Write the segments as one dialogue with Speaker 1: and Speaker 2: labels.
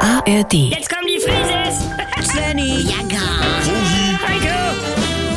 Speaker 1: ARD.
Speaker 2: Jetzt kommen die Frises!
Speaker 3: Svenny,
Speaker 4: Jagger,
Speaker 2: Heiko!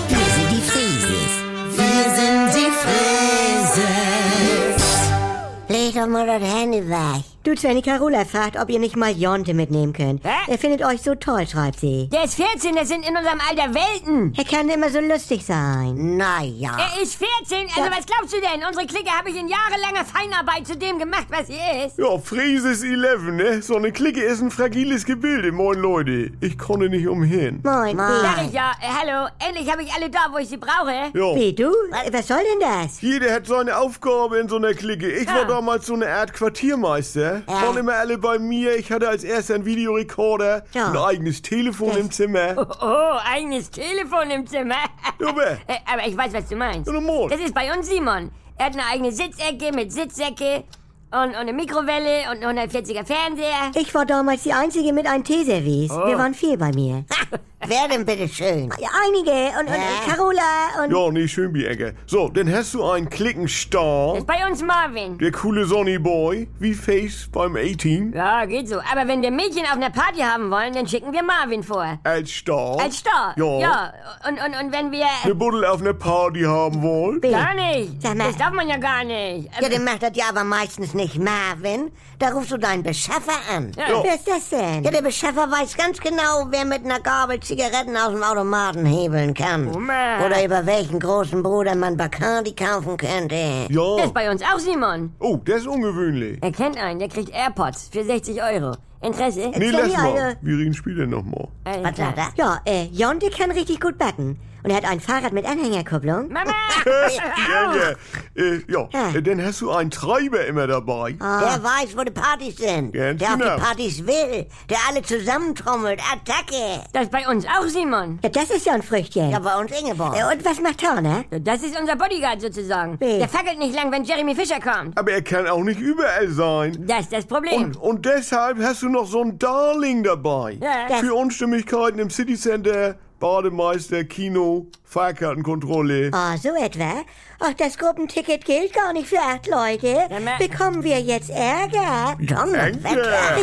Speaker 4: wir sind die Frieses.
Speaker 3: wir sind die Frises.
Speaker 4: Leg doch mal das Handy weg.
Speaker 3: Du, Svenny, Carola fragt, ob ihr nicht mal Jonte mitnehmen könnt.
Speaker 2: Hä?
Speaker 3: Er findet euch so toll, schreibt sie.
Speaker 2: Der ist 14, das sind in unserem Alter Welten!
Speaker 3: Er kann immer so lustig sein.
Speaker 4: Naja,
Speaker 2: Er ist 14, also was glaubst du denn? Unsere Clique habe ich in jahrelanger Feinarbeit zu dem gemacht, was sie ist.
Speaker 5: Ja, Frieses 11, ne? So eine Clique ist ein fragiles Gebilde. Moin, Leute. Ich konnte nicht umhin.
Speaker 3: Moin,
Speaker 2: Sag ich ja, äh, hallo, endlich habe ich alle da, wo ich sie brauche.
Speaker 4: Oh.
Speaker 5: Ja.
Speaker 3: Wie, du? Was soll denn das?
Speaker 5: Jeder hat seine Aufgabe in so einer Clique. Ich
Speaker 2: Ja.
Speaker 5: war damals so eine Art Quartiermeister. Waren immer alle bei mir. Ich hatte als erster einen Videorekorder,
Speaker 3: Ja.
Speaker 5: ein eigenes Telefon im Zimmer.
Speaker 2: Oh, eigenes Telefon im Zimmer.
Speaker 5: Junge.
Speaker 2: Äh, Aber ich weiß, was du meinst.
Speaker 5: Ja, nun Mond.
Speaker 2: Das ist bei uns Simon. Er hat eine eigene Sitzecke mit Sitzsäcke und, und eine Mikrowelle und einen 140er Fernseher.
Speaker 3: Ich war damals die Einzige mit einem Teeservice. Wir waren viel bei mir.
Speaker 4: Oh. wer denn bitte schön?
Speaker 3: Ja, Einige und, und
Speaker 4: Hä?
Speaker 3: Carola und...
Speaker 5: Ja, nee, schön, Bierecke. So, dann hast du einen
Speaker 2: Das
Speaker 5: Klickenstar.
Speaker 2: ist bei uns Marvin.
Speaker 5: Der coole Sonny Boy, wie Face beim A-Team,
Speaker 2: Ja, geht so. Aber wenn wir Mädchen auf einer Party haben wollen, dann schicken wir Marvin vor.
Speaker 5: als Star.
Speaker 2: Als Star.
Speaker 5: Ja.
Speaker 2: ja. Und, und, und wenn wir...
Speaker 5: Eine Buddel auf einer Party haben wollen.
Speaker 2: Gar nicht.
Speaker 3: Sag mal.
Speaker 2: Das darf man ja gar nicht.
Speaker 4: Ja, der macht das ja aber meistens nicht Marvin. Da rufst du deinen Beschaffer an.
Speaker 2: Ja.
Speaker 3: Wer ist das denn?
Speaker 4: Ja, der Beschaffer weiß ganz genau, wer mit einer Gabel Zigaretten aus dem Automaten hebeln kann.
Speaker 2: Mann.
Speaker 4: Oder über welchen großen Bruder man Bacardi kaufen könnte.
Speaker 2: Das
Speaker 5: Ja.
Speaker 2: Ähm, ist bei uns auch Simon.
Speaker 5: Oh, das ist ungewöhnlich.
Speaker 2: Er kennt einen, der kriegt Airpods für 60 Euro. Interesse?
Speaker 5: Nee,
Speaker 3: Sonny,
Speaker 5: lass mal.
Speaker 3: Alter.
Speaker 5: Wir reden später nochmal.
Speaker 2: Alles
Speaker 4: Was war
Speaker 2: klar.
Speaker 4: das?
Speaker 3: Ja, äh, Jonte kann richtig gut backen. Und er hat ein Fahrrad mit Anhängerkupplung.
Speaker 2: Mama!
Speaker 5: Ja, ja. Äh, ja. Äh, dann hast du einen Treiber immer dabei.
Speaker 3: Ah.
Speaker 4: Der weiß, wo die Partys sind.
Speaker 5: Ganz
Speaker 4: der auf
Speaker 5: genau.
Speaker 4: die Partys will. Der alle zusammentrommelt. Attacke.
Speaker 2: Das ist bei uns auch Simon.
Speaker 3: Ja, das ist ja ein Früchtchen.
Speaker 4: Ja, bei uns Ingeborg.
Speaker 3: Äh, Und was macht Horner?
Speaker 2: Das ist unser Bodyguard sozusagen.
Speaker 3: Wer?
Speaker 2: Der fackelt nicht lang, wenn Jeremy Fischer kommt.
Speaker 5: Aber er kann auch nicht überall sein.
Speaker 2: Das ist das Problem.
Speaker 5: Und, und deshalb hast du noch so ein Darling dabei.
Speaker 2: Ja.
Speaker 3: Das-
Speaker 5: Für Unstimmigkeiten im City Center, Bademeister, Kino, Fahrkartenkontrolle.
Speaker 3: Ah, so etwa? Ach, das Gruppenticket gilt gar nicht für acht Leute.
Speaker 2: ma-
Speaker 3: Bekommen wir jetzt Ärger?
Speaker 5: Danke.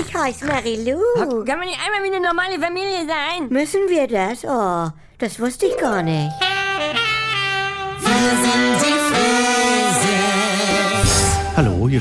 Speaker 3: Ich heiße Mary Lou.
Speaker 2: Kann man nicht einmal wie eine normale Familie sein?
Speaker 3: Müssen wir das? Oh, das wusste ich gar nicht.
Speaker 6: Hallo, hier